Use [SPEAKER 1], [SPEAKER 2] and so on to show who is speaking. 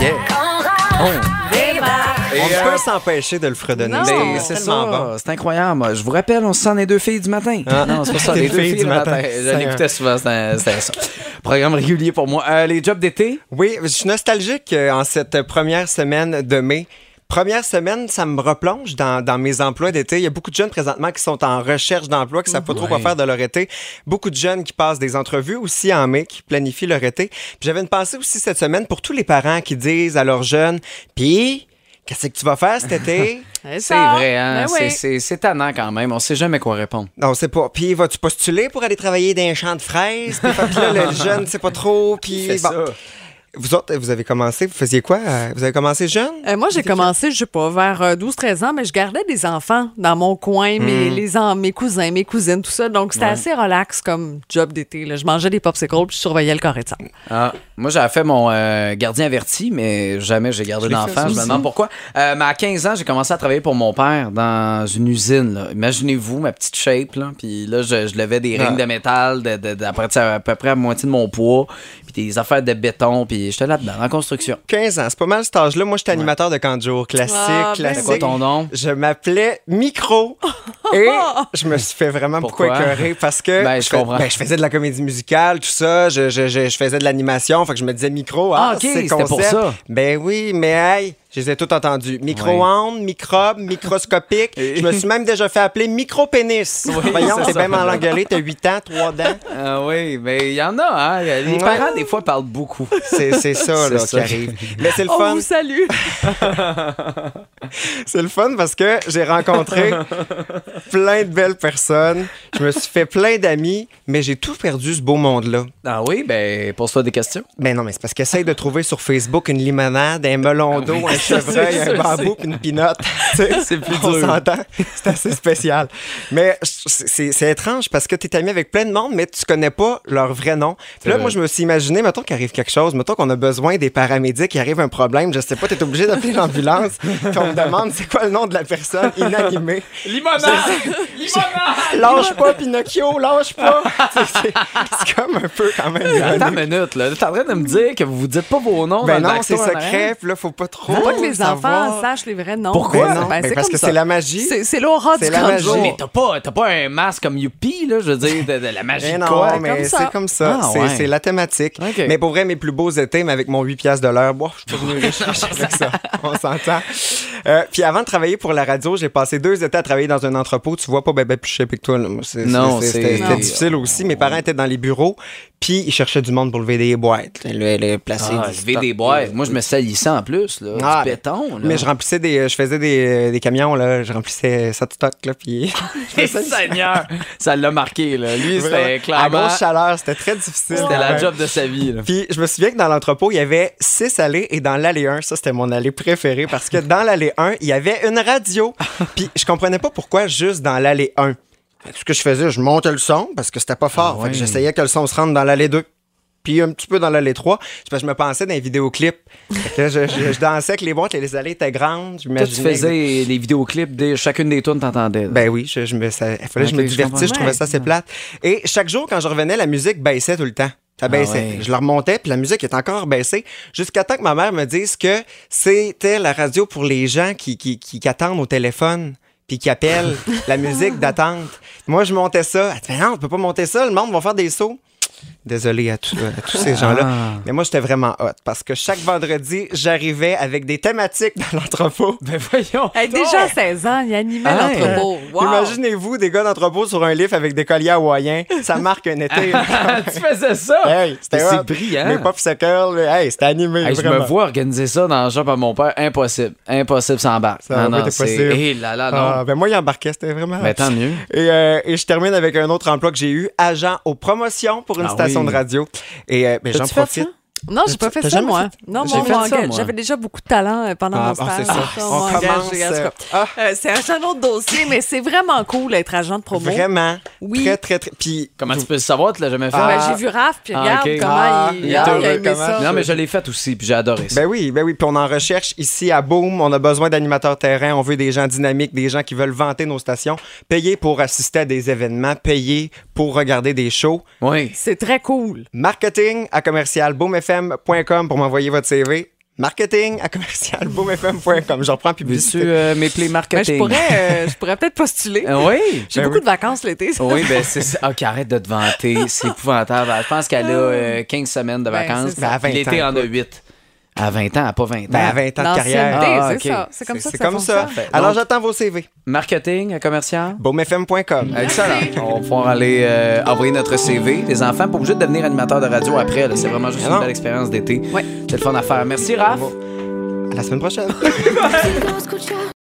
[SPEAKER 1] Yeah.
[SPEAKER 2] On
[SPEAKER 1] euh,
[SPEAKER 2] ne peut s'empêcher de le fredonner.
[SPEAKER 3] Non.
[SPEAKER 2] Mais
[SPEAKER 1] C'est
[SPEAKER 2] c'est
[SPEAKER 1] ça,
[SPEAKER 2] tellement bon.
[SPEAKER 1] c'est incroyable. Je vous rappelle, on se sent les deux filles du matin.
[SPEAKER 2] Ah.
[SPEAKER 1] Non, c'est pas ça,
[SPEAKER 2] Les
[SPEAKER 1] les, deux filles, du matin. Je
[SPEAKER 2] C'est
[SPEAKER 1] l'écoutais souvent, c'était c'était ça. Programme régulier pour moi. Euh, les jobs d'été?
[SPEAKER 2] Oui, je suis nostalgique euh, en cette première semaine de mai. Première semaine, ça me replonge dans, dans mes emplois d'été. Il y a beaucoup de jeunes présentement qui sont en recherche d'emploi, qui savent pas trop quoi faire de leur été. Beaucoup de jeunes qui passent des entrevues aussi en mai, qui planifient leur été. Puis J'avais une pensée aussi cette semaine pour tous les parents qui disent à leurs jeunes, puis qu'est-ce que tu vas faire cet été?
[SPEAKER 3] Ben,
[SPEAKER 1] C'est vrai, hein? C'est- c'est- C'est tannant quand même. On sait jamais quoi répondre.
[SPEAKER 2] Non, c'est pas. Puis vas-tu postuler pour aller travailler dans un champ de fraises? Puis fait que là, le jeune, c'est pas trop. Puis bon. Vous autres, vous avez commencé, vous faisiez quoi? euh, Vous avez commencé jeune?
[SPEAKER 3] Euh, moi, j'ai commencé, je sais pas, vers 12-13 ans, mais je gardais des enfants dans mon coin,
[SPEAKER 2] Hmm.
[SPEAKER 3] mes, les en- mes cousins, mes cousines, tout ça. Donc, c'était assez relax comme job d'été. là. Je mangeais des popsicles puis je surveillais le corps de sang.
[SPEAKER 1] Ah, moi, j'avais fait mon euh, gardien averti, mais jamais j'ai gardé d'enfant. Je me demande pourquoi. Euh, mais à 15 ans, j'ai commencé à travailler pour mon père dans une usine. là. Imaginez-vous ma petite shape. Là. Puis là, je, je levais des rings de métal de, de- de- à, peu près- à peu près à moitié de mon poids. Puis des affaires de béton. Puis j'étais là-dedans, en construction.
[SPEAKER 2] 15 ans, c'est pas mal cet âge-là. Moi, j'étais animateur de camp de jour, classique,
[SPEAKER 3] Ah, ben
[SPEAKER 2] classique.
[SPEAKER 1] C'est quoi ton nom?
[SPEAKER 2] Je m'appelais Micro et je me suis fait vraiment beaucoup
[SPEAKER 1] Pourquoi?
[SPEAKER 2] écœurer parce que
[SPEAKER 1] Ben, je
[SPEAKER 2] fais-
[SPEAKER 1] comprends.
[SPEAKER 2] ben, je faisais de la comédie musicale, tout ça, je, je- je- je faisais de l'animation, fait que je me disais micro, ah,
[SPEAKER 1] Ah, ok,
[SPEAKER 2] c'est
[SPEAKER 1] c'était pour
[SPEAKER 2] concept.
[SPEAKER 1] ça.
[SPEAKER 2] Ben oui, mais hey, je les ai tout entendus. Micro-ondes, microbes, microscopique. je me suis même déjà fait appeler micro-pénis. Voyons,
[SPEAKER 1] c'est
[SPEAKER 2] t'es
[SPEAKER 1] ça.
[SPEAKER 2] bien mal engueulé, t'as 8 ans, 3 dents.
[SPEAKER 1] Ah oui, mais il y en a. Hein? Les
[SPEAKER 2] Ouais.
[SPEAKER 1] parents, des fois, parlent beaucoup.
[SPEAKER 2] C'est c'est ça,
[SPEAKER 1] C'est
[SPEAKER 2] là,
[SPEAKER 1] ça.
[SPEAKER 2] qui arrive. Mais c'est le
[SPEAKER 1] Oh,
[SPEAKER 3] On
[SPEAKER 2] fun.
[SPEAKER 3] vous salue!
[SPEAKER 2] C'est le fun parce que j'ai rencontré plein de belles personnes. Je me suis fait plein d'amis, mais j'ai tout perdu ce beau monde-là.
[SPEAKER 1] Ah oui, ben, pose-toi des questions.
[SPEAKER 2] Ben non, mais c'est parce qu'essaye de trouver sur Facebook une limonade, un melon d'eau, un chevreuil, un bambou, puis une pinotte.
[SPEAKER 1] C'est plus
[SPEAKER 2] On
[SPEAKER 1] dur.
[SPEAKER 2] s'entend. C'est assez spécial. Mais c'est- c'est c'est étrange parce que t'es ami avec plein de monde, mais tu connais pas leur vrai nom. Puis là,
[SPEAKER 1] vrai.
[SPEAKER 2] moi, je me suis imaginé, mettons qu'il arrive quelque chose, mettons qu'on a besoin des paramédics, il arrive un problème, je sais pas, t'es obligé d'appeler l'ambulance, puis on me demande c'est quoi le nom de la personne inanimée. Lâche pas, Pinocchio, lâche pas. C'est- c'est- C'est comme un peu quand même.
[SPEAKER 1] Attends
[SPEAKER 2] ironique.
[SPEAKER 1] une minute, là. T'es en train de me dire que vous vous dites pas vos noms
[SPEAKER 2] Ben
[SPEAKER 1] dans le
[SPEAKER 2] non, c'est
[SPEAKER 1] backstory en arrière?
[SPEAKER 2] secret, puis là, faut pas trop.
[SPEAKER 3] Faut pas que les
[SPEAKER 2] savoir.
[SPEAKER 3] enfants sachent les vrais noms.
[SPEAKER 2] Oh, Pourquoi? Ben non,
[SPEAKER 3] Ben,
[SPEAKER 2] mais parce
[SPEAKER 3] comme
[SPEAKER 2] que
[SPEAKER 3] ça.
[SPEAKER 2] c'est la magie.
[SPEAKER 3] C'est c'est l'aura
[SPEAKER 2] C'est
[SPEAKER 3] du
[SPEAKER 2] la
[SPEAKER 3] camp de
[SPEAKER 2] magie.
[SPEAKER 3] jour.
[SPEAKER 1] Mais t'as pas, t'as pas un masque comme Youpi, là, je veux dire, de, de la magie.
[SPEAKER 2] Ben
[SPEAKER 1] de
[SPEAKER 2] non,
[SPEAKER 1] quoi.
[SPEAKER 2] mais
[SPEAKER 3] comme ça.
[SPEAKER 2] c'est comme ça.
[SPEAKER 1] Ah,
[SPEAKER 2] c'est
[SPEAKER 1] ouais.
[SPEAKER 2] c'est la thématique.
[SPEAKER 1] Ok.
[SPEAKER 2] Mais pour vrai, mes plus beaux étés, mais avec mon 8 piastres de l'heure, boah, je suis pas venu riche riche avec ça. On s'entend. Euh, puis avant de travailler pour la radio, j'ai passé deux étés à travailler dans un entrepôt. Tu vois pas bébé plus chépé que toi. là. Moi, c'est-
[SPEAKER 1] Non,
[SPEAKER 2] c'est-
[SPEAKER 1] c'est-
[SPEAKER 2] c'était c'était
[SPEAKER 1] non.
[SPEAKER 2] difficile aussi. Mes parents étaient dans les bureaux, puis ils cherchaient du monde pour lever des boîtes. Le, le placer
[SPEAKER 1] Ah,
[SPEAKER 2] du
[SPEAKER 1] lever
[SPEAKER 2] stock.
[SPEAKER 1] des boîtes. Moi, je me salissais en plus, là.
[SPEAKER 2] Ah,
[SPEAKER 1] du béton, là.
[SPEAKER 2] Mais je remplissais des. Je faisais des, des camions, là. Je remplissais ça de stock, là. Puis. je me
[SPEAKER 1] Eh,
[SPEAKER 2] salissais.
[SPEAKER 1] Seigneur! Ça l'a marqué, là. Lui, c'était
[SPEAKER 2] Vraiment. À
[SPEAKER 1] clairement...
[SPEAKER 2] grosse chaleur, c'était très difficile.
[SPEAKER 1] C'était la
[SPEAKER 2] Ouais.
[SPEAKER 1] job de sa vie, là.
[SPEAKER 2] Puis je me souviens que dans l'entrepôt, il y avait six allées et dans l'allée 1, ça c'était mon allée préférée parce que dans l'allée 1, il y avait une radio. Puis je comprenais pas pourquoi juste dans l'allée 1. Fait que Ce que je faisais, je montais le son parce que c'était
[SPEAKER 1] Ah
[SPEAKER 2] pas fort. Fait que j'essayais que le son se rentre dans l'allée 2. Puis un petit peu dans l'allée 3, c'est parce que je me pensais dans les vidéoclips. Fait que là, je, je- je dansais avec les boîtes et les allées étaient grandes.
[SPEAKER 1] Toi, tu faisais les vidéoclips de chacune des tunes, t'entendais. là.
[SPEAKER 2] Ben oui, je, je me, ça- il fallait que je
[SPEAKER 1] Ok,
[SPEAKER 2] me
[SPEAKER 1] je
[SPEAKER 2] divertisse, je,
[SPEAKER 1] comprends.
[SPEAKER 2] trouvais ça assez plate. Et chaque jour, quand je revenais, la musique baissait tout le temps. Ça baissait.
[SPEAKER 1] Ah ouais.
[SPEAKER 2] Je la remontais, puis la musique est encore baissée, jusqu'à temps que ma mère me dise que c'était la radio pour les gens qui, qui, qui, qui attendent au téléphone, puis qui appellent la musique d'attente. Moi, je montais ça. Elle dit, Mais non, on peut pas monter ça, le monde va faire des sauts. Désolé à, tout- à tous
[SPEAKER 1] Ah.
[SPEAKER 2] ces gens-là. Mais moi, j'étais vraiment hot parce que chaque vendredi, j'arrivais avec des thématiques dans l'entrepôt.
[SPEAKER 1] Ben voyons.
[SPEAKER 3] Hey, déjà à 16 ans, il animait
[SPEAKER 1] Hey.
[SPEAKER 3] l'entrepôt. Wow.
[SPEAKER 2] Euh, Imaginez-vous des gars d'entrepôt sur un livre avec des colliers hawaïens. Ça marque un été.
[SPEAKER 1] tu faisais ça.
[SPEAKER 2] hey, c'était
[SPEAKER 1] Mais c'est
[SPEAKER 2] hot.
[SPEAKER 1] brillant.
[SPEAKER 2] Les popsicles, les- hey, c'était animé.
[SPEAKER 1] Hey, je me
[SPEAKER 2] vraiment.
[SPEAKER 1] vois organiser ça dans le shop à mon père. Impossible. Impossible sans barre.
[SPEAKER 2] Ça aurait pas été possible.
[SPEAKER 1] Hé Eh là là,
[SPEAKER 2] Ah,
[SPEAKER 1] non.
[SPEAKER 2] ben moi, il embarquait, c'était vraiment.
[SPEAKER 1] Ben, tant mieux.
[SPEAKER 2] Et, euh, et je termine avec un autre emploi que j'ai eu, agent aux promotions pour une
[SPEAKER 1] Ah
[SPEAKER 2] station
[SPEAKER 1] oui.
[SPEAKER 2] de radio. Et euh, ben, j'en
[SPEAKER 1] T'as-tu fait
[SPEAKER 2] profite.
[SPEAKER 3] Non, j'ai pas
[SPEAKER 2] T'as
[SPEAKER 3] fait ça,
[SPEAKER 2] jamais
[SPEAKER 3] moi. Non,
[SPEAKER 1] J'ai
[SPEAKER 3] moi,
[SPEAKER 1] fait
[SPEAKER 3] on
[SPEAKER 1] ça,
[SPEAKER 3] m'engage.
[SPEAKER 1] moi.
[SPEAKER 3] J'avais déjà beaucoup de talent euh, pendant
[SPEAKER 2] Ah,
[SPEAKER 3] mon
[SPEAKER 2] ah,
[SPEAKER 3] stage.
[SPEAKER 2] c'est ça.
[SPEAKER 3] on
[SPEAKER 2] On
[SPEAKER 3] m'engage,
[SPEAKER 2] commence,
[SPEAKER 3] regarde, en tout cas.
[SPEAKER 2] euh,
[SPEAKER 3] Euh, c'est un autre dossier, mais c'est vraiment cool d'être agent de promo.
[SPEAKER 2] Vraiment.
[SPEAKER 3] Oui.
[SPEAKER 2] Très, très, très. Puis.
[SPEAKER 1] Comment tu peux le savoir? Tu l'as jamais fait?
[SPEAKER 3] Ben,
[SPEAKER 2] Ah.
[SPEAKER 3] j'ai vu Raph, puis
[SPEAKER 1] Ah,
[SPEAKER 3] regarde
[SPEAKER 1] ok.
[SPEAKER 3] comment
[SPEAKER 2] Ah,
[SPEAKER 3] il,
[SPEAKER 2] il est
[SPEAKER 3] ah, il a
[SPEAKER 2] heureux,
[SPEAKER 3] aimé
[SPEAKER 2] comment?
[SPEAKER 3] ça.
[SPEAKER 1] Non, mais je l'ai fait aussi, puis j'ai adoré ça.
[SPEAKER 2] Ben oui, ben oui. Puis on en recherche ici à Boom. On a besoin d'animateurs terrain. On veut des gens dynamiques, des gens qui veulent vanter nos stations, payer pour assister à des événements, payer pour regarder des shows.
[SPEAKER 1] oui.
[SPEAKER 3] C'est très cool.
[SPEAKER 2] Marketing à commercial boomfm.com pour m'envoyer votre CV. Marketing à commercial boomfm.com. Je reprends
[SPEAKER 1] Veux-tu
[SPEAKER 2] publicité.
[SPEAKER 1] euh, mes plays
[SPEAKER 3] Ben, je
[SPEAKER 1] marketing?
[SPEAKER 3] pourrais, euh, je pourrais peut-être postuler.
[SPEAKER 1] Euh, oui.
[SPEAKER 2] ben
[SPEAKER 3] J'ai beaucoup de vacances l'été. ça.
[SPEAKER 1] Oui, ben c'est ça. Ok, arrête de te vanter. C'est épouvantable. Je pense qu'elle a euh, 15 semaines de
[SPEAKER 3] Ben,
[SPEAKER 1] vacances.
[SPEAKER 3] c'est
[SPEAKER 2] ça.
[SPEAKER 1] Puis L'été
[SPEAKER 2] Ben, à
[SPEAKER 1] en
[SPEAKER 2] 20
[SPEAKER 1] a 8. À 20 ans, à pas 20 ans.
[SPEAKER 2] Ben, à 20 ans de carrière.
[SPEAKER 3] L'ancienneté,
[SPEAKER 1] Ah,
[SPEAKER 3] c'est
[SPEAKER 1] ok.
[SPEAKER 3] ça. C'est comme ça que
[SPEAKER 2] C'est
[SPEAKER 3] ça
[SPEAKER 2] comme ça.
[SPEAKER 3] fonctionne.
[SPEAKER 2] Alors,
[SPEAKER 1] Donc-
[SPEAKER 2] j'attends vos CV.
[SPEAKER 1] Marketing, euh, commercial.
[SPEAKER 2] boomfm.com.
[SPEAKER 1] Excellent. On va pouvoir aller euh, envoyer notre CV. Les enfants, pas obligés de devenir animateur de radio après. là. C'est vraiment juste
[SPEAKER 2] Ah
[SPEAKER 1] une
[SPEAKER 2] non.
[SPEAKER 1] belle expérience d'été.
[SPEAKER 3] Ouais.
[SPEAKER 1] C'est le fun à faire. Merci, Raph.
[SPEAKER 2] À la semaine prochaine.
[SPEAKER 4] Si no escuchas